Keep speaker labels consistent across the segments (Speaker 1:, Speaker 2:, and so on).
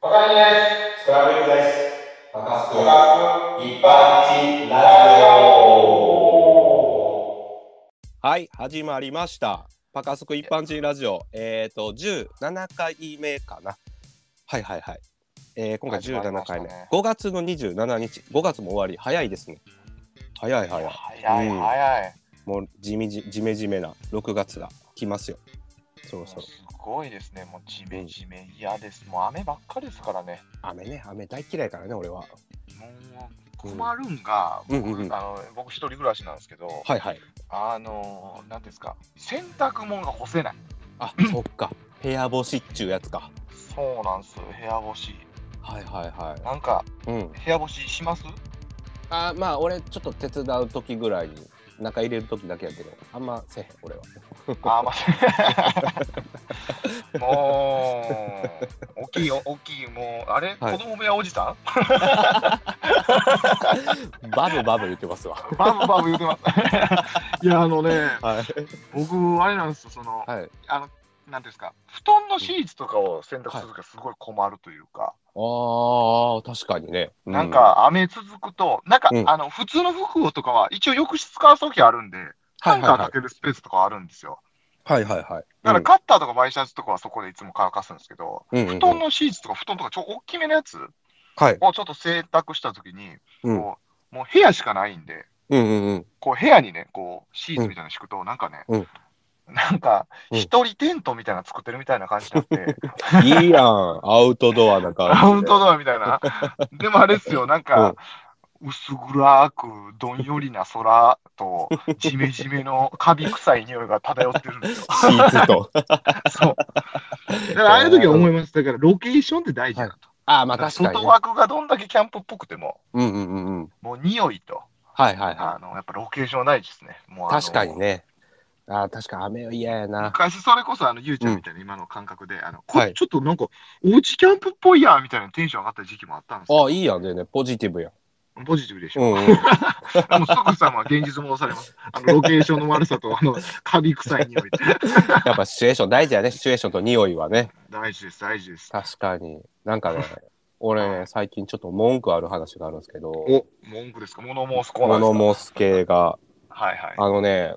Speaker 1: 高木です。
Speaker 2: スクランブルです。赤スク
Speaker 1: トラッ
Speaker 2: 一般人ラジオ。はい、始まりました。パカスク一般人ラジオ、えっ、ー、と、17回目かな。はいはいはい。えー、今回
Speaker 1: 始まりま
Speaker 2: 17
Speaker 1: した
Speaker 2: 回
Speaker 1: ね
Speaker 2: 目、5月の27日、5月も終わり、早いですね。早い早い。
Speaker 1: 早い
Speaker 2: うん
Speaker 1: 早い。
Speaker 2: もうじみじ、じめじめな6月が来ますよ。そろそろ。
Speaker 1: すごいですね。もうじめじめ嫌です。もう雨ばっかりですからね。
Speaker 2: 雨ね、雨大嫌いからね、俺は。
Speaker 1: もう困るんが、
Speaker 2: うんうんうん
Speaker 1: あの僕一人暮らしなんですけど、
Speaker 2: はいはい。
Speaker 1: あのなんていうんですか、洗濯物が干せない。
Speaker 2: あ、そっか。部屋干しっちゅうやつか。
Speaker 1: そうなんです。部屋干し。
Speaker 2: はいはいは
Speaker 1: なんか
Speaker 2: い。うん。
Speaker 1: 部屋干しします？
Speaker 2: あまあ俺ちょっと手伝う時ぐらいに中入れる時だけやけどあんませえへん俺は
Speaker 1: あー、まあ、 もう大きいよ大きいもうあれ、
Speaker 2: はい
Speaker 1: 子供部屋おじさ
Speaker 2: バブバブ言ってますわ
Speaker 1: ん？バブバブ言ってます。 いやあのね、
Speaker 2: はい
Speaker 1: 僕あれなんですよその。
Speaker 2: はい
Speaker 1: あの、なんていうんですか、布団のシーツとかを選択するときはすごい困るというか、
Speaker 2: あー確かにね、う
Speaker 1: なんか雨続くと、なんか、
Speaker 2: うん
Speaker 1: あの普通の服とかは一応浴室乾すときあるんで、
Speaker 2: は
Speaker 1: ハ
Speaker 2: い
Speaker 1: ン
Speaker 2: は
Speaker 1: ガー
Speaker 2: い
Speaker 1: かけるスペースとかあるんですよ。
Speaker 2: はいはいはいはい
Speaker 1: だからカッターとかワイシャツとかはそこでいつも乾かすんですけど、
Speaker 2: うんうんうん
Speaker 1: 布団のシーツとか布団とかちょ大きめのやつ
Speaker 2: はい
Speaker 1: をちょっと洗濯したときに、
Speaker 2: うん
Speaker 1: こう、もう部屋しかないんで、
Speaker 2: うんうんうん
Speaker 1: こう部屋にね、こうシーツみたいなの敷くと、なんかね、
Speaker 2: うん
Speaker 1: なんか
Speaker 2: うん
Speaker 1: 一人テントみたいなの作ってるみたいな感じになって、
Speaker 2: いいやんアウトドアな感じ
Speaker 1: アウト
Speaker 2: ド
Speaker 1: ドアみたい な。でもあれですよ、なんか、薄暗くどんよりな空と、ジメジメのカビ臭い匂いが漂ってるんですよ。
Speaker 2: アシーツと
Speaker 1: そう。だからああいう時は思います。だからロケーションって大事だと。
Speaker 2: あーまあ
Speaker 1: だから
Speaker 2: 確かに、
Speaker 1: 外
Speaker 2: ね、
Speaker 1: 枠がどんだけキャンプっぽくても、
Speaker 2: うんうんうんうん
Speaker 1: もう匂いと、
Speaker 2: はいはいは
Speaker 1: あのやっぱロケーション大事ですね。もう
Speaker 2: い
Speaker 1: あの
Speaker 2: 確かに。ねあー確かに雨は嫌やな
Speaker 1: 昔それこそあのゆうちゃんみたいな今の感覚で、あのこ
Speaker 2: はい
Speaker 1: ちょっとなんかおうちキャンプっぽいやんみたいなテンション上がった時期もあったんです
Speaker 2: あ
Speaker 1: よ
Speaker 2: ーいいやん全然ポジティブやん
Speaker 1: ポジティブでしょ
Speaker 2: うんうん
Speaker 1: もう即さまは現実戻されます。あのロケーションの悪さと、あの、カビ臭い匂い。
Speaker 2: やっぱシチュエーション大事やねシチュエーションと匂いはね
Speaker 1: 大事です、大事です。
Speaker 2: 確かに。なんかね、俺ね、最近ちょっと文句ある話があるんですけど、
Speaker 1: お、文句ですか物申すコーナーですか
Speaker 2: 物申す系が、
Speaker 1: はいはい。
Speaker 2: あのね、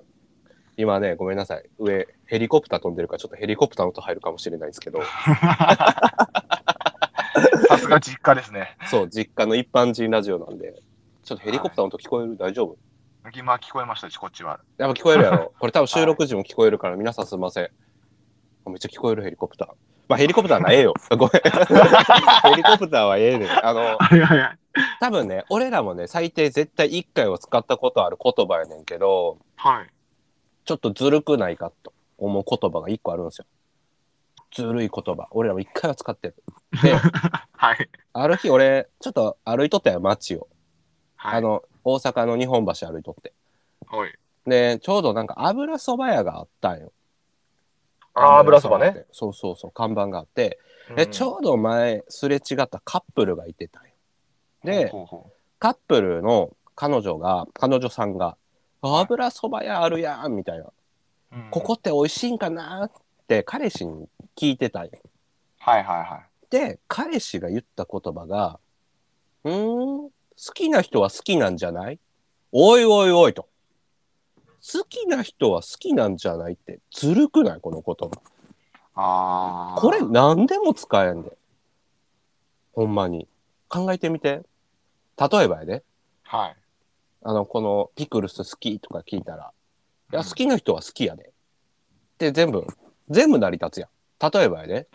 Speaker 2: 今ね、ごめんなさい、上、ヘリコプター飛んでるから、ちょっとヘリコプターの音入るかもしれないんです けど、
Speaker 1: さすが実家ですね。
Speaker 2: そう、実家の一般人ラジオなんで、ちょっとヘリコプターの音聞こえる、大丈夫
Speaker 1: 今聞こえましたし、こっちは。
Speaker 2: やっぱ聞こえる やろ。これ多分収録時も聞こえるから、皆さんすいません。めっちゃ聞こえるヘリコプター。まあヘリコプター なええよ。ごめん。 ヘリコプターはええねん。あの、
Speaker 1: はいはいはい。
Speaker 2: 多分ね、俺らもね、最低絶対1回は使ったことある言葉やねんけど、
Speaker 1: はい。
Speaker 2: ちょっとずるくないかと思う言葉が1個あるんですよ。ずるい言葉。俺らも1回は使ってる。で、
Speaker 1: はい。
Speaker 2: ある日俺、ちょっと歩いとったよ、街を。
Speaker 1: はい。
Speaker 2: あ、の、大阪の日本橋歩いとって。
Speaker 1: はい。
Speaker 2: で、ちょうどなんか油そば屋があったんよ。
Speaker 1: あー油そばね。
Speaker 2: そうそうそう、看板があって。で、ちょうど前、すれ違ったカップルがいてたんよ。で、
Speaker 1: ほうほうほ
Speaker 2: カップルの彼女が、彼女さんが、油そば屋あるやんみたいな、
Speaker 1: ううん
Speaker 2: ここって美味しいんかなって彼氏に聞いてたんよ
Speaker 1: はいはいは
Speaker 2: で、彼氏が言った言葉が、うーん、好きな人は好きなんじゃないおいおいおいと。好きな人は好きなんじゃないってずるくないこの言葉。
Speaker 1: い。ああ。
Speaker 2: これ何でも使えんで。ほんまに。考えてみて。例えばやで、
Speaker 1: はい。
Speaker 2: あの、このピクルス好きとか聞いたら、いや、
Speaker 1: うん
Speaker 2: 好きな人は好きやで。って全部、全部成り立つやん。例えばやで。例え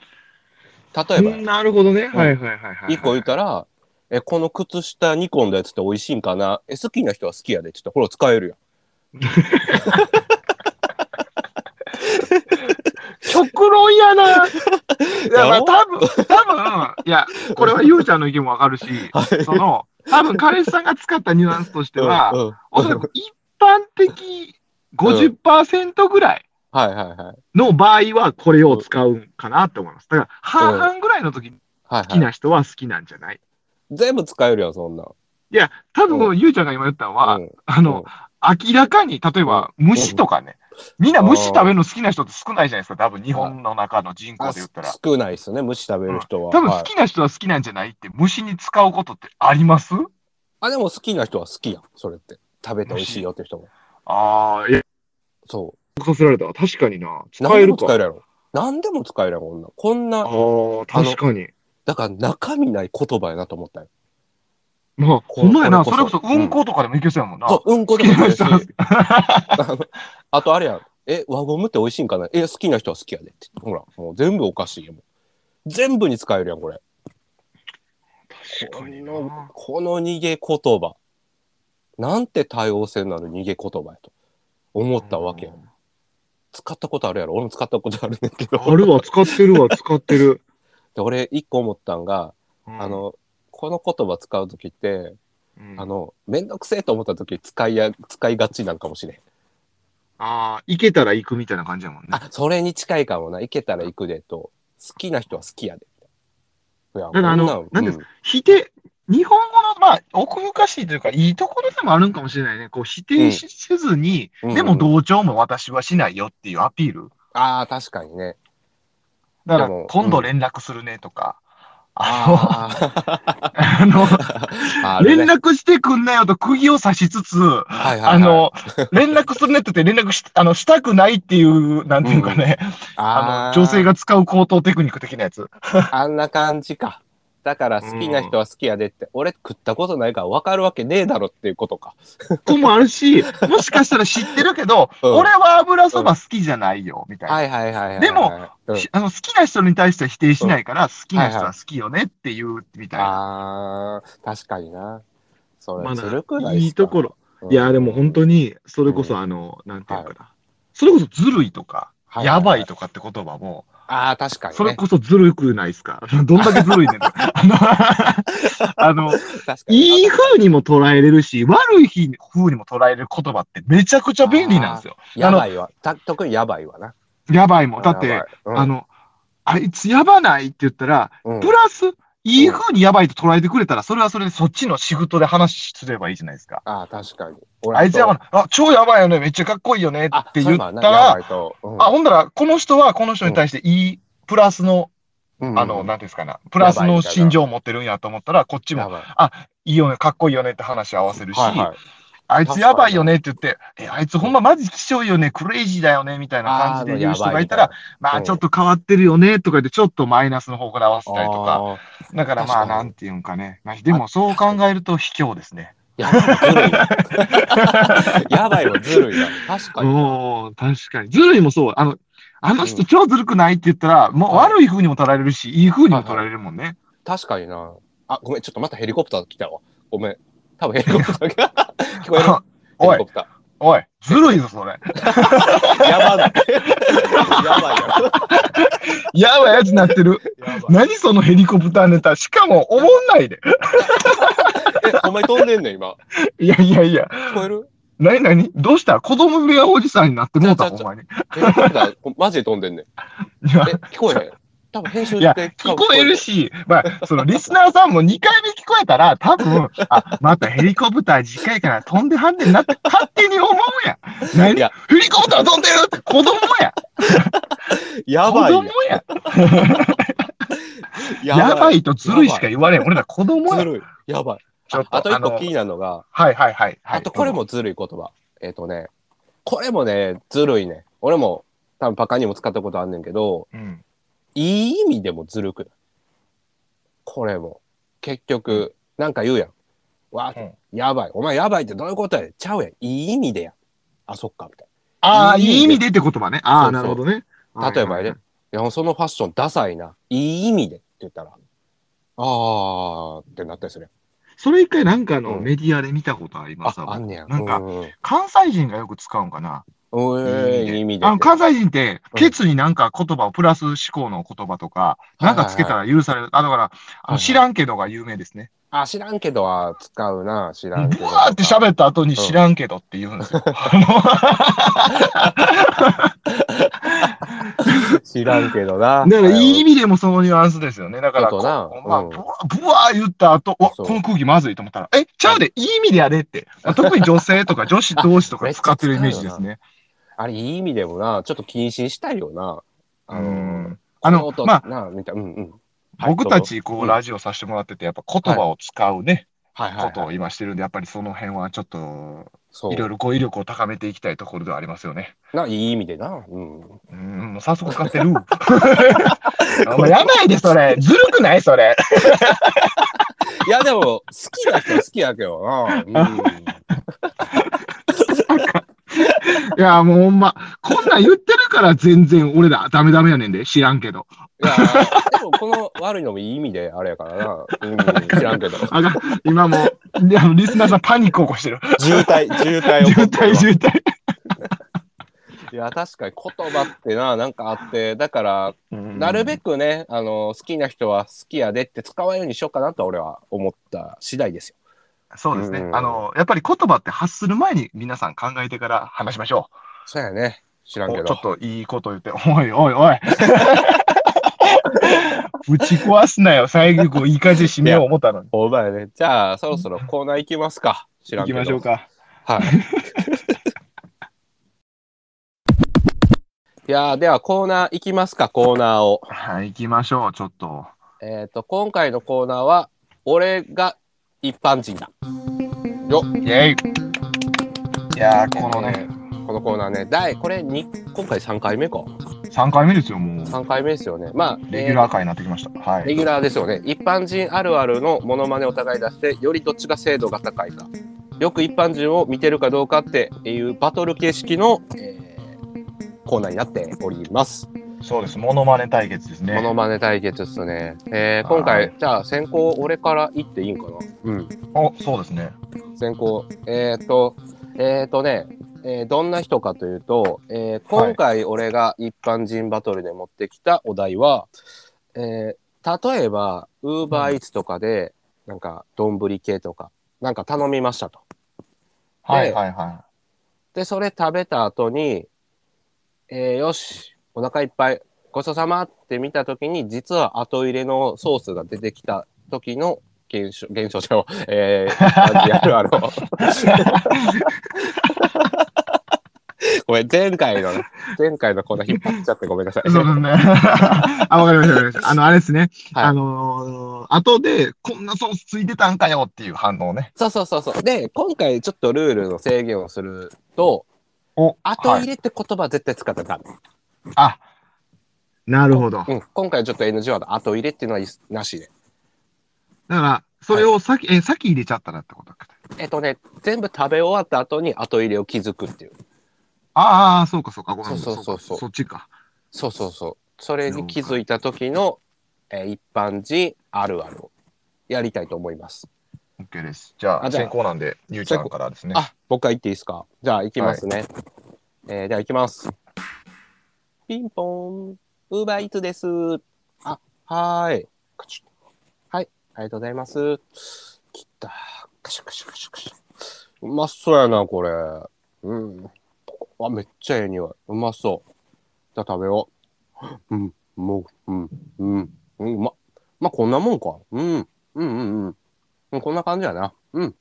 Speaker 2: ばや
Speaker 1: うんなるほどね。
Speaker 2: ん
Speaker 1: はいはいはいはい。
Speaker 2: 一個言うたら、え、この靴下2個のやつって美味しいんかなえ、好きな人は好きやで。ちょっとほら、使える
Speaker 1: 極論や な。いや、ま
Speaker 2: や
Speaker 1: あ、
Speaker 2: ろ
Speaker 1: 多分、多分、いや、これはゆうちゃんの意見もわかるし、その、多分彼氏さんが使ったニュアンスとして
Speaker 2: やん。
Speaker 1: は
Speaker 2: う、んうん
Speaker 1: おそらく一般的50%ぐらい
Speaker 2: はいはいはい。はい
Speaker 1: の場合はこれを使うんかなって思います。だから、半々ぐらいの時に好
Speaker 2: はい、
Speaker 1: きな人は好きなんじゃない
Speaker 2: 全部使えるやん、そんなん。
Speaker 1: いや、多分、ゆうちゃんが今言ったのは、
Speaker 2: うん
Speaker 1: あの、明らかに、例えば、虫とかね、みんな虫
Speaker 2: あー
Speaker 1: 食べるの好きな人って少ないじゃないですか、多分、日本の中の人口で言ったら
Speaker 2: あ。少ないですね、虫食べる人は。
Speaker 1: 多分、
Speaker 2: は
Speaker 1: 好
Speaker 2: い、
Speaker 1: きな人は好きなんじゃないって、虫に使うことってあります
Speaker 2: あ、でも好きな人は好きやん、それって。食べて美味しいよって人も。
Speaker 1: ああ、いや、
Speaker 2: そ
Speaker 1: させられた。確かにな。
Speaker 2: う。何でも使えるやろ。何でも使えるやろ、こんな。こんな、
Speaker 1: ああ、確かに。
Speaker 2: だから中身ない言葉やなと思ったよ。
Speaker 1: まあ、
Speaker 2: こ
Speaker 1: ほんまやな。そ
Speaker 2: これ
Speaker 1: れ
Speaker 2: こ
Speaker 1: こ
Speaker 2: そ
Speaker 1: そ、うんことかでもいけそうやもんな。
Speaker 2: そう、うんことかも
Speaker 1: 好きな
Speaker 2: し
Speaker 1: 人
Speaker 2: あのあとあれやん。え、輪ゴムって美味しいんかなえ、好きな人は好きやでって。ほら、もう全部おかしいよ。もう全部に使えるやん、これ。
Speaker 1: 確
Speaker 2: こ
Speaker 1: かに
Speaker 2: の
Speaker 1: な。
Speaker 2: この逃げ言葉。なんて多様性のある逃げ言葉やと思ったわけや。使ったことあるやろ俺も使ったことあるねんけど。
Speaker 1: あるわ、使ってるわ、使ってる。
Speaker 2: で俺、一個思ったんが、
Speaker 1: うん
Speaker 2: あ、の、この言葉使うときって、
Speaker 1: うん
Speaker 2: あの、めんどくせえと思ったとき使いや、使いがちなんかもしれん。
Speaker 1: ああ、行けたら行くみたいな感じやもんね。
Speaker 2: あ、それに近いかもな。行けたら行くでと、好きな人は好きやで。いや、
Speaker 1: だからあの
Speaker 2: こんなん
Speaker 1: なん否定、日本語の、まあ、奥深しいというか、いいところでもあるんかもしれないね。こう、否定しせずに、
Speaker 2: うん
Speaker 1: で
Speaker 2: う
Speaker 1: も
Speaker 2: んうん
Speaker 1: 同調も私はしないよっていうアピール。
Speaker 2: ああ、確かにね。
Speaker 1: だから
Speaker 2: でも、
Speaker 1: 今度連絡するねとか、あ
Speaker 2: あ
Speaker 1: の、あ の、
Speaker 2: あ、あるね
Speaker 1: 連絡してくんなよと釘を刺しつつ、
Speaker 2: はいはいはい
Speaker 1: あの、連絡するねって言って連絡し、 あの、したくないっていう、なんていうかね、あ
Speaker 2: あー
Speaker 1: の、女性が使う口頭テクニック的なやつ。
Speaker 2: あんな感じか。だから好きな人は好きやでって、俺食ったことないから分かるわけねえだろっていうことか。
Speaker 1: こともあるし、もしかしたら知ってるけど、
Speaker 2: うん
Speaker 1: 俺は油そば好きじゃないよ、みたいな。
Speaker 2: はいはいはいはいはい。
Speaker 1: でも
Speaker 2: うん、
Speaker 1: しあの好きな人に対しては否定しないから、好きな人は好きよねっていうみたいな。
Speaker 2: ああ、確かにな。そ
Speaker 1: まあ
Speaker 2: れ、
Speaker 1: な
Speaker 2: ずるくない
Speaker 1: いいとこ
Speaker 2: ろ。
Speaker 1: ろ。いや、でも本当
Speaker 2: に、
Speaker 1: に、それこ
Speaker 2: う
Speaker 1: そあの、なんていうかな。それこそずるいとか、
Speaker 2: は
Speaker 1: やばい
Speaker 2: は
Speaker 1: とかって言葉も、
Speaker 2: は。ああ、確かにね。
Speaker 1: それこそずるくないですか。 どんだけずるいねんとあの、あの
Speaker 2: 確かに
Speaker 1: いい風にも捉えれるし、悪い風にも捉える言葉ってめちゃくちゃ便利なんですよ。
Speaker 2: やばいわ。た特にやばいわな。
Speaker 1: やばいもん。だって
Speaker 2: や、ばい、うん
Speaker 1: あ、の、あいつやばないって言ったら、
Speaker 2: うん
Speaker 1: プラス、いい風にやばいと捉えてくれたら、それはそれでそっちのシフトで話すればいいじゃないですか。
Speaker 2: ああ、確かに。
Speaker 1: あいつやばない。あ、超やばいよね。めっちゃかっこいいよね
Speaker 2: あ
Speaker 1: って言った
Speaker 2: そうやわなやば
Speaker 1: ら、
Speaker 2: いとうん
Speaker 1: あ、ほんだら、この人はこの人に対していい、プラスの、
Speaker 2: うん
Speaker 1: あの、なんていうんですかね、プラスの心情を持ってるんやと思ったら、こっち
Speaker 2: や
Speaker 1: も、
Speaker 2: ばい
Speaker 1: いいよね、かっこいいよねって話を合わせるし、
Speaker 2: はいはい
Speaker 1: あいつやばいよねって言って、え、あいつほんまマジきしょいよね、クレイジーだよね、みたいな感じで言う人がいたら、、まあちょっと変わってるよね、とか言って、ちょっとマイナスの方から合わせ
Speaker 2: あ
Speaker 1: たりとか、
Speaker 2: の
Speaker 1: だからまあ、
Speaker 2: 確か
Speaker 1: な
Speaker 2: に
Speaker 1: んていうんかね。まあ、でも、そう考えると卑怯ですね。
Speaker 2: やばいわあー やばいわ、ずるいわ。確かに。
Speaker 1: おお確かに。ずるいもそう。あの、あの
Speaker 2: う
Speaker 1: 人超ずるくないって言ったら、もう
Speaker 2: はい
Speaker 1: 悪い風にも取られるし、いい風にも取られるもんね。
Speaker 2: 確かにな。あ、ごめん、ちょっとまたヘリコプター来たわ。ごめん。多分ヘリコプターが 聞こえる。ヘ
Speaker 1: お
Speaker 2: リ
Speaker 1: い
Speaker 2: コ、プタ
Speaker 1: おい、ずるいぞ、それ。
Speaker 2: ー。やばない。やばいや
Speaker 1: や
Speaker 2: ろ
Speaker 1: ばいやつになってる。
Speaker 2: やばい。
Speaker 1: 何そのヘリコプターネタ。しかも、おもんないで。
Speaker 2: え、お前飛んでんねん、今。
Speaker 1: いやいやいや。
Speaker 2: 聞こえる
Speaker 1: なになにどうした子供部屋おじさんになってもうた、
Speaker 2: ち
Speaker 1: ほ
Speaker 2: ょち
Speaker 1: ん
Speaker 2: ょ
Speaker 1: まに。
Speaker 2: ヘリコプター、マジで飛んでんねん。
Speaker 1: いや
Speaker 2: え、聞こえへん。多分編集
Speaker 1: いや、
Speaker 2: で
Speaker 1: 聞こえる。し、まあ、そのリスナーさんも2回目聞こえたら、多分、あ、またヘリコプター次回から飛んではんねんなって勝手に思うやん。何
Speaker 2: いや
Speaker 1: ヘリコプター飛んでるって子供や。
Speaker 2: や
Speaker 1: 子
Speaker 2: ばい
Speaker 1: 供や。やばいとずるいしか言われん。俺ら子供
Speaker 2: ず
Speaker 1: や。
Speaker 2: るい。やばい。
Speaker 1: ちょっと、
Speaker 2: あと一
Speaker 1: の
Speaker 2: 個気になるのが、
Speaker 1: はいはいはい。はい
Speaker 2: あとこれ。もずるい言葉。えっとね、これもね、ずるいね。俺も多分パカにも使ったことあんねんけど、
Speaker 1: うん。
Speaker 2: いい意味でもずるくないこれも。結局、なんか言うやん。わ、
Speaker 1: うん
Speaker 2: やばい。お前やばいってどういうことやでちゃうやん。いい意味でやん。あ、そっか、みたい
Speaker 1: ああ、い
Speaker 2: いい
Speaker 1: い意
Speaker 2: 意味で
Speaker 1: 味でって言葉ね。ああ、
Speaker 2: そうそう
Speaker 1: なるほどね。
Speaker 2: な。例えば
Speaker 1: はい
Speaker 2: や
Speaker 1: はい
Speaker 2: で、いや、そのファッションダサいな。いい意味でって言ったら、あーってなったりする
Speaker 1: それ一回なんかあの
Speaker 2: うん
Speaker 1: メディアで見たことあり
Speaker 2: やん。
Speaker 1: ま
Speaker 2: あ
Speaker 1: す、
Speaker 2: あんねや。
Speaker 1: なんか
Speaker 2: うんうん
Speaker 1: 関西人がよく使うんかな。
Speaker 2: うん、えーいい意味で。
Speaker 1: あの関西人って
Speaker 2: う、ん
Speaker 1: ケツになんか言葉を、プラス思考の言葉とか、なんかつけたら許される。あ、だから、あ
Speaker 2: はいは
Speaker 1: の
Speaker 2: い
Speaker 1: 知らんけどが有名ですね。
Speaker 2: あ、知らんけどは使うな、知
Speaker 1: ブ
Speaker 2: ら
Speaker 1: ワ
Speaker 2: んけど。
Speaker 1: ーって喋った後に知らんけどって言うんですよ。
Speaker 2: 知らんけど
Speaker 1: あ
Speaker 2: な。
Speaker 1: のだから、いい意味でもそのニュアンスですよね。だから、
Speaker 2: ち
Speaker 1: こ
Speaker 2: ょっとな
Speaker 1: うまあ、
Speaker 2: うん
Speaker 1: ブワーブワー言った後、わ
Speaker 2: そう
Speaker 1: この空気まずいと思ったら、え、ちゃうで、いい意味でやれって。特に女性 とか女子同士とか使ってるイメージですね。
Speaker 2: あれ、いい意味でもな、ちょっと謹慎したいよな。あの
Speaker 1: うん
Speaker 2: こ
Speaker 1: あの
Speaker 2: 音
Speaker 1: まあ
Speaker 2: なみたいなうんうん。はい
Speaker 1: 僕たち、こ
Speaker 2: う
Speaker 1: う、
Speaker 2: ん
Speaker 1: ラジオさせてもらってて、やっぱ言葉を使うね、
Speaker 2: はいはい、
Speaker 1: こと
Speaker 2: はい。
Speaker 1: を今してるんで、やっぱりその辺はちょっと、
Speaker 2: そう
Speaker 1: いろいろ語彙力を高めていきたいところではありますよね。
Speaker 2: ないい意味でな。うん。
Speaker 1: うん、もう早速使って る。お前やばいで、それ。ずるくないそれ。
Speaker 2: いや、でも、好きな人は好きやけどな。 うん。
Speaker 1: いや、もうほんま、こんなん言ってるから全然俺らダメダメやねんで、知らんけど。
Speaker 2: いや、でもこの悪いのもいい意味であれやからな。うん、知らんけ ど。
Speaker 1: あが、今もう、であのリスナーさんパニック起こしてる。
Speaker 2: 渋滞、渋滞を。
Speaker 1: 渋滞、渋滞。
Speaker 2: いや、確かに言葉ってな、なんかあって、だから、なるべくね、あの、好きな人は好きやでって使わんようにしようかなと俺は思った次第ですよ。
Speaker 1: そうですね。
Speaker 2: うん
Speaker 1: あの、やっぱり言葉って発する前に皆さん考えてから話しましょ
Speaker 2: そうやね。知ら
Speaker 1: う。
Speaker 2: んけ
Speaker 1: おちょ
Speaker 2: ど
Speaker 1: っ。といいこと言って、おいおい おい。ぶち壊すなよ。最後、いい感じで締めよう思ったのに。
Speaker 2: お前ね。じゃあ、そろそろコーナー行きますか。知ら
Speaker 1: 行
Speaker 2: んけ
Speaker 1: き
Speaker 2: ど。
Speaker 1: ましょう。か。
Speaker 2: はい。 いやーではコーナー行きますか、コーナーを。
Speaker 1: はい、行きましょう、ちょっと。
Speaker 2: えっ、と、今回のコーナーは、俺が一般人だ。よ
Speaker 1: イェイ。いやー、このね、
Speaker 2: えーこのコーナーね、第、これに、今回3回目か。
Speaker 1: 3回目ですよ、もう。
Speaker 2: 3回目ですよね。まあ、
Speaker 1: レギュラー
Speaker 2: え
Speaker 1: 回になってきました。は
Speaker 2: ーレ
Speaker 1: い。
Speaker 2: ギュラーですよね。一般人あるあるのモノマネをお互い出して、よりどっちが精度が高いか。よく一般人を見てるかどうかっていうバトル形式の、えーコーナーになっております。
Speaker 1: そうです、モノマネ対決です
Speaker 2: モノ
Speaker 1: ね。
Speaker 2: マネ対決ですね。えー
Speaker 1: はい
Speaker 2: 今回、じゃあ先行俺から言っていいんかなうん。
Speaker 1: お、そうですね。
Speaker 2: 先行。えっ、と、えっ、とね、えーどんな人かというと、えー今回俺が一般人バトルで持ってきたお題は、えー例えば、ウーバーイーツとかで、なんか、丼系とか、なんか頼みましたと。
Speaker 1: はいはいは
Speaker 2: で、それ食べた後に、えーよし、お腹いっぱい、ごちそうさまって見たときに、実は後入れのソースが出てきた時の現象、現象じゃん、えー、感じやるあの。 ごめん、前回のね、前回のこんな引っ張っちゃってごめんなさい。
Speaker 1: い。そうですね。 あ、わかりました、わかりました。あの、あれですね。
Speaker 2: はい
Speaker 1: あのー後で、こんなソースついてたんかよっていう反応ね。
Speaker 2: そうそうそうそう。で、今回ちょっとルールの制限をすると、
Speaker 1: お、
Speaker 2: 後入
Speaker 1: い、
Speaker 2: れって言葉絶対使ってた。
Speaker 1: あ、なるほど。だ
Speaker 2: うん、今回ちょっと NG ワード、後入れっていうのはいなしで。
Speaker 1: から、それを先、え、先入れちゃったらってことか。
Speaker 2: えっとね、全部食べ終わった後に後入れを気づくっていう。
Speaker 1: ああ、そうかそうか、ごめん
Speaker 2: そうそうそうそう
Speaker 1: かそっちか。
Speaker 2: そうそうそう。それに気づいた時の、えー一般人あるあるをやりたいと思います。
Speaker 1: OK です。じゃ
Speaker 2: あ
Speaker 1: あ、
Speaker 2: じゃあ
Speaker 1: 先行なんで、ゆうちゃんからですね。
Speaker 2: あ、僕は行っていいですかじゃあ行きますね。えーでは行きます。ピンポーン。ウーバーイーツです。あ、はーい。カチュッはい、ありがとうございます。切った。カシャカシャカシャカシャ。うまそうやな、これ。うん。あ、めっちゃええ匂い。うまそう。じゃあ食べよう。うん、もう、うん、うん、うん、うま。まあ、こんなもんか。うん、うん、うん、うんうん。こんな感じやな。うん、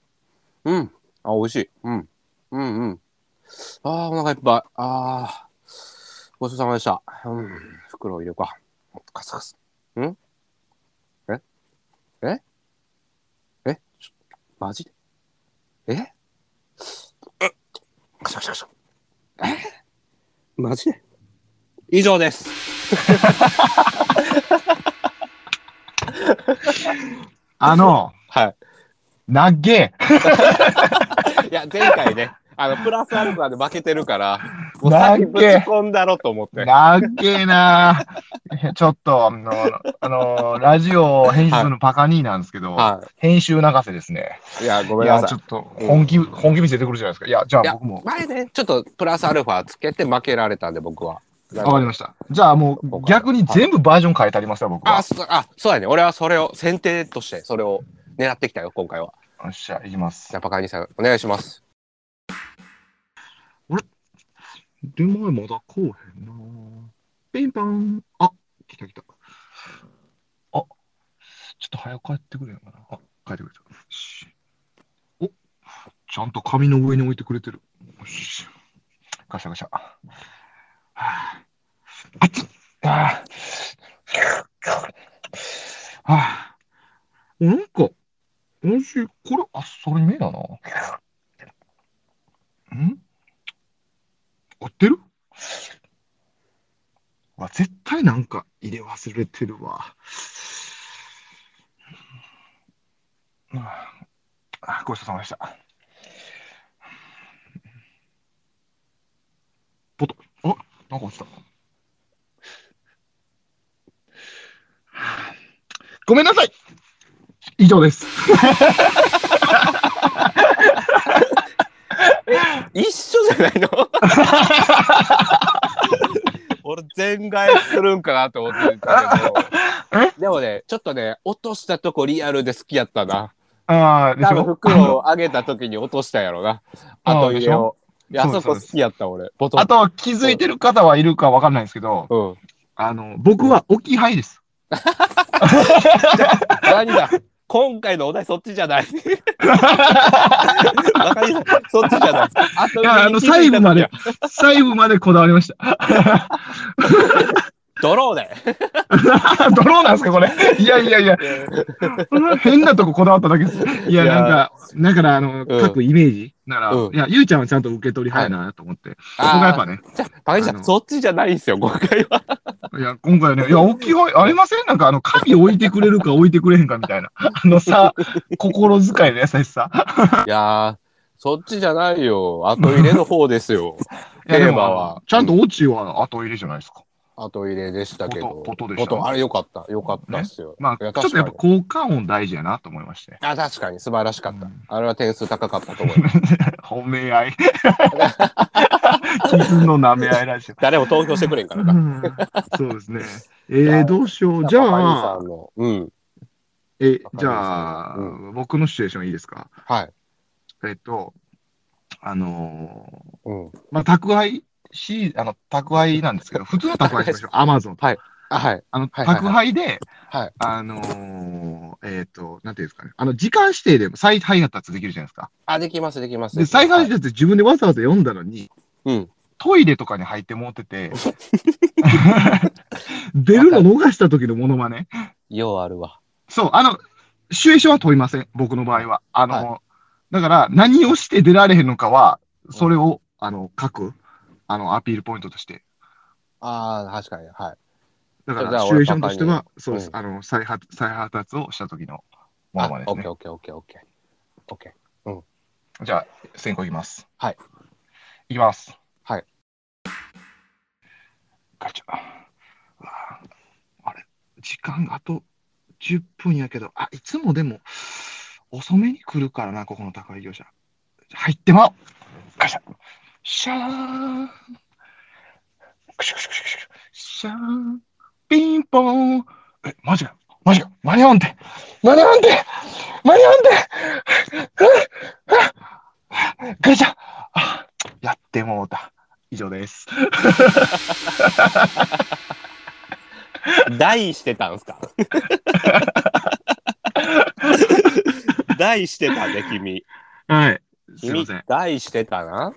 Speaker 2: うん。あ、美味しい。うん。うんうん。ああ、お腹いっぱい。ああ。ごちそうさまでした。うん。袋を入れようか。カスカス。んえええちょマジでえうっカシャカシャカシャ。えマジで以上です。
Speaker 1: あの、
Speaker 2: はい。
Speaker 1: なっげ
Speaker 2: いや、前回ね、あの、プラスアルファで負けてるから、もう
Speaker 1: な
Speaker 2: 先
Speaker 1: ん
Speaker 2: ぶち
Speaker 1: け
Speaker 2: 込んだろと思って。
Speaker 1: なっけえな ーちょっと、あの、あのラジオ編集部のパカ兄なんですけど、
Speaker 2: は
Speaker 1: 編集泣かせですね。
Speaker 2: い。いや、ご
Speaker 1: い
Speaker 2: めんな
Speaker 1: や、
Speaker 2: さい
Speaker 1: ちょ。っと、本気、本気見せてくるじゃないですか。いや、じゃ
Speaker 2: いや
Speaker 1: あ僕も、
Speaker 2: 前ね、ちょっとプラスアルファつけて負けられたんで、僕は。
Speaker 1: わかりました。じゃあもう、逆に全部バージョン変えてありますよ、僕
Speaker 2: あ
Speaker 1: は。
Speaker 2: そあ、そうやね。俺はそれを、先手として、それを狙ってきたよ、今回は。
Speaker 1: よっしゃ、いきます
Speaker 2: じゃ。あ、パカーニさん、お願いします。
Speaker 1: 出前まだこうへんなピンポン。あ、来た来た。あ、ちょっと早く帰ってくれよな。あ、帰ってくれた。しゃんと紙の上に置いてくれてる。よしガシャガシャ。はああちっああはあおなんか、おいしい。これ、あ、それ目だな。ん合ってるわ、絶対なんか入れ忘れてるわ。うんあごちそうさまでした。ポト、あなんか落ちた。ごめんなさい以上です。
Speaker 2: 一緒じゃない の俺全外するんかなと思ってたけどでもねちょっとね落としたとこリアルで好きやったな
Speaker 1: ああ、で
Speaker 2: 多
Speaker 1: し
Speaker 2: 分
Speaker 1: ょ
Speaker 2: 袋を上げた時に落としたやろな
Speaker 1: あ
Speaker 2: あと入れをいやあ
Speaker 1: そうで
Speaker 2: そ
Speaker 1: す
Speaker 2: こ好きやった俺ボトン
Speaker 1: あと、気づいてる方はいるかわかんないですけど、
Speaker 2: うん
Speaker 1: あの、僕は置き配です。
Speaker 2: 何だ今回のお題そっちじゃないわかりましたそっちじゃないあと
Speaker 1: いや、あの、細部まで、細部までこだわりま した。
Speaker 2: ドローで
Speaker 1: ドローなんですか、これ。 いやいやいや、変なとここだわっただけです。いや、
Speaker 2: いや
Speaker 1: なんか、だから、あの、
Speaker 2: うん
Speaker 1: 各イメージなら、
Speaker 2: うん
Speaker 1: いや、ゆうちゃんはちゃんと受け取り早いなと思って、そこがやっぱね、
Speaker 2: じゃあ、バカにし
Speaker 1: あ
Speaker 2: た
Speaker 1: の
Speaker 2: そっちじゃないんですよ、今回は。
Speaker 1: いや、今回ね、いや、置き配ありませんなんか、あの、紙置いてくれるか置いてくれへんかみたいな、あの さ、心遣いの優しさ。
Speaker 2: いやー、そっちじゃないよ。後入れの方ですよ。
Speaker 1: いや、で
Speaker 2: テーマは
Speaker 1: も、ちゃんとオチは後入れじゃないですか。
Speaker 2: 後入れでしたけど。
Speaker 1: ポトポトでしたね
Speaker 2: ポあれよかった。よかったっすよ。
Speaker 1: ま
Speaker 2: いや
Speaker 1: あ、ちょっとやっぱ
Speaker 2: 確
Speaker 1: 効果音大事やなと思いまして。
Speaker 2: あ、確かに、素晴らしかった。
Speaker 1: うん
Speaker 2: あれは点数高かったと思います。
Speaker 1: 褒め合い。 傷の舐め合いラジオ。
Speaker 2: 誰も投票してくれんから
Speaker 1: う
Speaker 2: な。
Speaker 1: んそうです ね。え
Speaker 2: じゃあ
Speaker 1: ー、どうしよ う。じゃ
Speaker 2: パパ
Speaker 1: あ
Speaker 2: イ、さんの。うん。
Speaker 1: え、
Speaker 2: パパ
Speaker 1: じゃあ、
Speaker 2: う
Speaker 1: 僕のシチュエーションいいですか
Speaker 2: はい。
Speaker 1: えっと、あの
Speaker 2: うん。
Speaker 1: ーまあ、宅配し、あの、宅配なんですけど、普通の宅配しましょ う。アマゾン。
Speaker 2: あ、はい。
Speaker 1: あの、
Speaker 2: はいはいはい
Speaker 1: 宅配で、
Speaker 2: はい。
Speaker 1: あのーえっ、と、なんていうんですかね。あの、時間指定で再配達できるじゃないですか。
Speaker 2: あ、できます、できます。
Speaker 1: で、再配
Speaker 2: はい
Speaker 1: 達って自分でわざわざ読んだのに、
Speaker 2: うん。
Speaker 1: トイレとかに入ってもうて て、 出るの逃した時のモノマネ。
Speaker 2: ようあるわ。
Speaker 1: そう、あの、シチュエーションは問いません、僕の場合は。あの、だから、何をして出られへんのかは、それを、あの、書く、あの、アピールポイントとして。
Speaker 2: ああ、確かに。はい。
Speaker 1: だか
Speaker 2: じゃ
Speaker 1: ら、
Speaker 2: あ
Speaker 1: シチュエーションとしては、そうです、
Speaker 2: うん
Speaker 1: あの、再発、再発達をした時のモ
Speaker 2: あ
Speaker 1: ノマネです
Speaker 2: オッケ
Speaker 1: ね
Speaker 2: ー、。オッケー、オッケー、オッケー。オッケー。
Speaker 1: じゃあ、先行いきます。
Speaker 2: はい。
Speaker 1: いきます。
Speaker 2: はい。
Speaker 1: ガチャ。うわあれ、時間あと10分やけど、あ、いつもでも、遅めに来るからな、ここの宅配業者。入ってまうガシャ。シャーン。クシュクシュクシュクシュ。シャーン。ピンポーン。え、マジか。マジか。間に合わんて。間に合わんて。間に合わんて。ガチャあやってもうた。以上です。
Speaker 2: 大してたんすか大してたね、君。
Speaker 1: はい。すい
Speaker 2: 君
Speaker 1: ません。、
Speaker 2: 大してたな。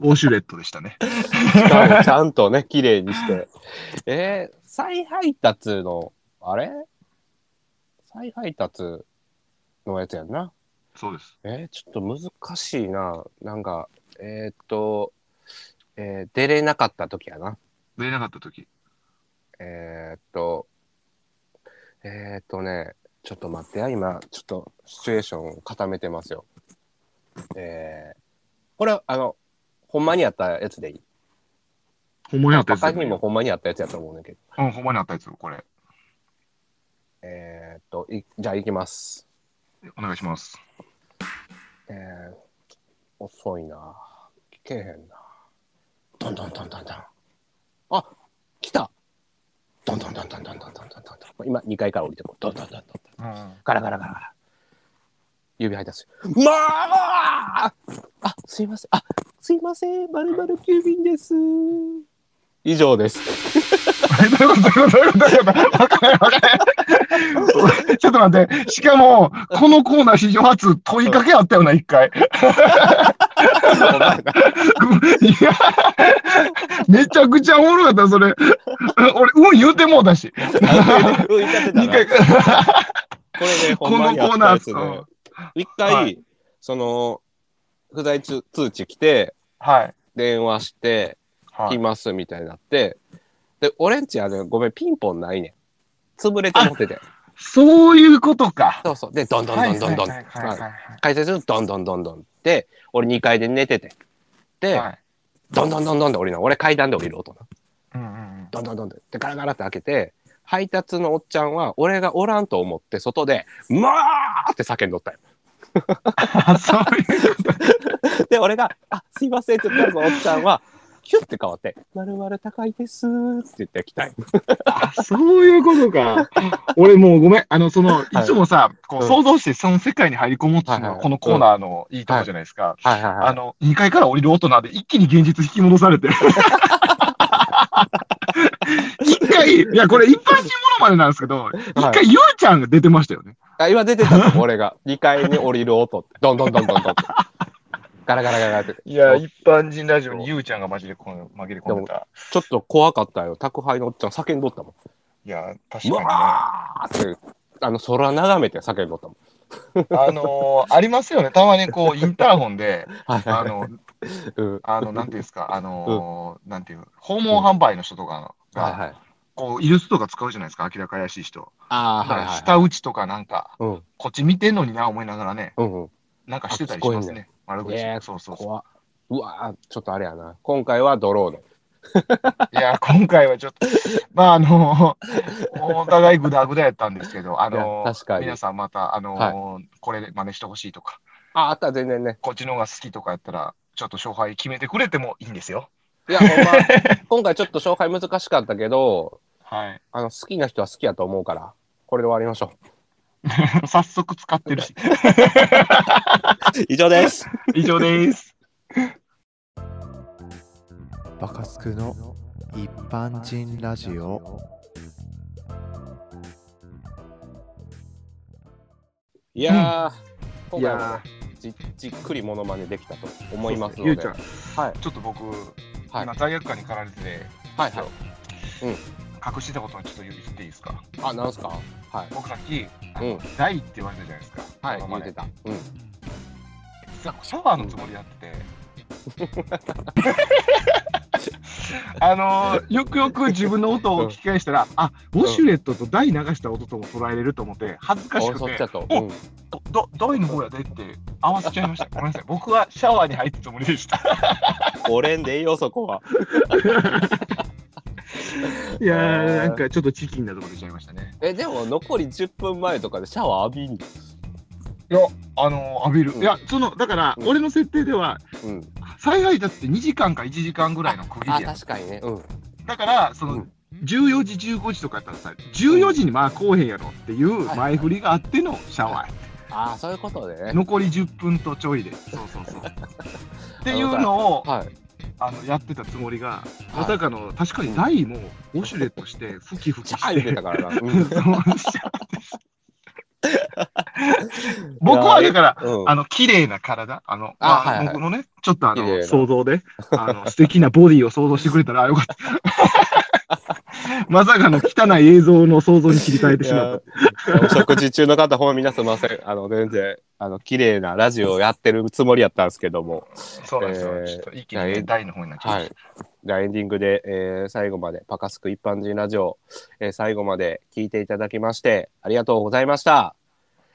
Speaker 1: ウォシュレットでしたね。
Speaker 2: しかもちゃん とね、綺麗にして。えー、再配達の、あれ再配達のやつやんな。
Speaker 1: そうです。
Speaker 2: えー、ちょっと難しいな。なんか、えー、っと、えー出れなかった時やな。
Speaker 1: 出れなかった時。
Speaker 2: えー、っと、えー、っとね、ちょっと待ってや、今、ちょっとシチュエーションを固めてますよ。えー、これ、あの、ほんまにあったやつでいい。
Speaker 1: ほんまにあったやつ
Speaker 2: 他
Speaker 1: だ
Speaker 2: にも
Speaker 1: よ。
Speaker 2: ほんまにあったやつやと思うねんだけど。
Speaker 1: うん、ほんまにあったやつ、これ。
Speaker 2: えー、っと、いじゃあ行きます。
Speaker 1: お願いします。
Speaker 2: えー、遅いな。聞けへんな。どんどんどんどんどん。あ、来たどんどんどんどんどんどんどんどんどん。今、2階から降りてこう。どんどんどんどんどん。
Speaker 1: うん。あ
Speaker 2: ガラガラガラガラ。指配達。まああすいません。あすいません。まるまる急便です。以上です。
Speaker 1: れ、どういうことどういうことどういうことどういうことわからないわからない。ちょっと待って。しかも、このコーナー史上初問いかけあったよな、一回。
Speaker 2: お前 な。
Speaker 1: いや、めちゃくちゃおもろかった、それ。俺、うん言うてもうだし。
Speaker 2: 浮いちゃってた
Speaker 1: 二
Speaker 2: な
Speaker 1: 回。
Speaker 2: これね、
Speaker 1: こ
Speaker 2: ほ
Speaker 1: の
Speaker 2: んまにやったやつで
Speaker 1: コーナーうん
Speaker 2: 一回、
Speaker 1: は
Speaker 2: その、不在通知来て、
Speaker 1: はい。
Speaker 2: 電話して、
Speaker 1: は
Speaker 2: 来
Speaker 1: い、
Speaker 2: ますみたいになって、で、俺んちあれ、ごめん、ピンポンないねん。潰れて持ってて。
Speaker 1: そういうことか。
Speaker 2: そうそう。で、どんどんどんどんどん。
Speaker 1: はいはいはいはいはい
Speaker 2: 解説どんどんどんどん。で、俺2階で寝てて。で、
Speaker 1: はい
Speaker 2: どんどんどんどんで降りるの。俺階段で降りる音な。
Speaker 1: うんうんうん
Speaker 2: どんどんどんどん。で、ガラガラって開けて、配達のおっちゃんは、俺がおらんと思って、外で、まーって叫んどったよ。
Speaker 1: あそういうこと
Speaker 2: で、俺が、あ、すいませんって言ったらそのおっちゃんは、ヒュッて変わって、まるまる高いですーって言ってきたい。
Speaker 1: あそういうことか。俺もうごめん。あの、その、いつもさ、こう
Speaker 2: うん
Speaker 1: 想像してその世界に入り込もうっていうのが
Speaker 2: はいはい
Speaker 1: このコーナーのいいとこじゃないですか。
Speaker 2: はいはい
Speaker 1: あの、2階から降りる音なんで一気に現実引き戻されて。一回、いや、これ一般人ものまでなんですけど、一回、ゆうちゃんが出てましたよね。
Speaker 2: あ今出てたの俺が。2階に降りる音って。どんどんどんどんど んって。ガラガラガラって。
Speaker 1: い
Speaker 2: や
Speaker 1: 一般人ラジ
Speaker 2: オに
Speaker 1: ゆうちゃんがマジでこの紛れ
Speaker 2: 込んで
Speaker 1: た。
Speaker 2: ちょっと怖かったよ。宅配のおっちゃん叫んどったもん。
Speaker 1: いや、確
Speaker 2: うわーって、あの、空眺めて叫んどったもん。
Speaker 1: あのありますよね。たまにこう、インターホンで、
Speaker 2: はいはい。
Speaker 1: の、
Speaker 2: うん
Speaker 1: あの、なんていうんですか、あのーなんていう、訪問販売の人とかが、
Speaker 2: はいはい。
Speaker 1: こう、イルスとか使うじゃないですか、明らか怪しい人。
Speaker 2: あ
Speaker 1: だ
Speaker 2: ー
Speaker 1: か
Speaker 2: はい
Speaker 1: ら、
Speaker 2: は
Speaker 1: 舌打ちとかなんか、
Speaker 2: いはい。うん。
Speaker 1: こっち見てんのにな、思いながらね、
Speaker 2: うんうん。
Speaker 1: なんかしてたりしますね。悪口。
Speaker 2: いや
Speaker 1: そうそうそ
Speaker 2: 怖っうわーちょっとあれやな。今回はドローで。
Speaker 1: う。いや、今回はちょっと、 まあ、あのーお互いグダグダやったんですけど、あの
Speaker 2: いや確か
Speaker 1: ー
Speaker 2: に
Speaker 1: 皆さんまた、あのーこれ真似してほしいとか、
Speaker 2: あ、あったら全然 ね。
Speaker 1: こっちの方が好きとかやったら、ちょっと勝敗決めてくれてもいいんですよ。
Speaker 2: いや、ほんま、今回ちょっと勝敗難しかったけど、
Speaker 1: はい。
Speaker 2: あの、好きな人は好きやと思うから、これで終わりましょ
Speaker 1: 早速使ってるし。
Speaker 2: う。以上です。
Speaker 1: 以上です。
Speaker 3: バカスクの一般人ラジオ
Speaker 2: いやー、
Speaker 1: い
Speaker 2: 今回も
Speaker 1: や
Speaker 2: ねじじっくりモノマネできたと思いますので。
Speaker 1: ゆうちゃん、
Speaker 2: はい
Speaker 1: ちょっと僕、
Speaker 2: はい
Speaker 1: 今罪悪感に駆られてて、
Speaker 2: はいはい。
Speaker 1: 隠してたことをちょっと言っていいですか
Speaker 2: あ、なんすかはい。
Speaker 1: 僕さっき、
Speaker 2: うん。
Speaker 1: 大って言われたじゃないですか。
Speaker 2: はい、
Speaker 1: 今
Speaker 2: 言
Speaker 1: ま
Speaker 2: う
Speaker 1: で
Speaker 2: てた。うん。
Speaker 1: 実はシャワーのつもりやってて。 あのーよくよく自分の音を聞き返したら、あウォシュレットと大流した音とも捉えれると思って、恥ずかし
Speaker 2: 俺
Speaker 1: く
Speaker 2: そっち
Speaker 1: て
Speaker 2: や、と。
Speaker 1: お
Speaker 2: うん。
Speaker 1: どど大の方やでって合わせちゃいました。ごめんなさい、僕はシャワーに入ったつもりでした。
Speaker 2: 俺んでいいよ、そこは。
Speaker 1: いやー、なんかちょっとチキンなとこ出ちゃいましたね。
Speaker 2: え、でも残り10分前とかでシャワー浴びん
Speaker 1: い
Speaker 2: の
Speaker 1: や、あのー浴びる、
Speaker 2: うん
Speaker 1: いや、その、だから、
Speaker 2: うん
Speaker 1: 俺の設定では、
Speaker 2: うん。
Speaker 1: 再配達って2時間か1時間ぐらいの区切
Speaker 2: あ、
Speaker 1: りや。
Speaker 2: 確かにね。うん。
Speaker 1: だから、その、
Speaker 2: うん
Speaker 1: 14時、15時とかやったらさ、14時にまあこうへんやろっていう前振りがあってのシャワー、
Speaker 2: あー、そういうことでね。
Speaker 1: 残り10分とちょいで、そうそうそう。っていうのを
Speaker 2: はい。
Speaker 1: あのやってたつもりが、
Speaker 2: い
Speaker 1: まさかの、確かに台もウォシュレットして、ふきふき
Speaker 2: シャ
Speaker 1: し
Speaker 2: ー言うて
Speaker 1: て。
Speaker 2: たからな。う。
Speaker 1: そうんシャワーでした 僕はだから、
Speaker 2: うん
Speaker 1: あの綺麗な体、あの、
Speaker 2: あ
Speaker 1: まあ
Speaker 2: はいはい
Speaker 1: 僕のね、ちょっとあ
Speaker 2: 綺麗
Speaker 1: の
Speaker 2: な
Speaker 1: 想像 で、あの素敵なボディを想像してくれたら、あよかった。 まさかの汚い映像の想像に切り替えてしまっ
Speaker 2: いやお食事中の方、ほんま皆すんません。あの、全然、あの、綺麗なラジオをやってるつもりやったんですけども。
Speaker 1: た。そうなんですよ。
Speaker 2: えー
Speaker 1: ちょっと一気にね、台の方になっちゃ
Speaker 2: はいい。じゃあエンディングで、えー最後まで、パカスク一般人ラジオ、えー最後まで聞いていただきまして、ありがとうございました。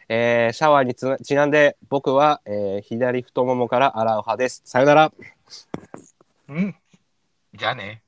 Speaker 2: えーシャワーにつなちなんで、僕は、えー左太ももから洗う派です。さよなら。
Speaker 1: うん。じゃあね。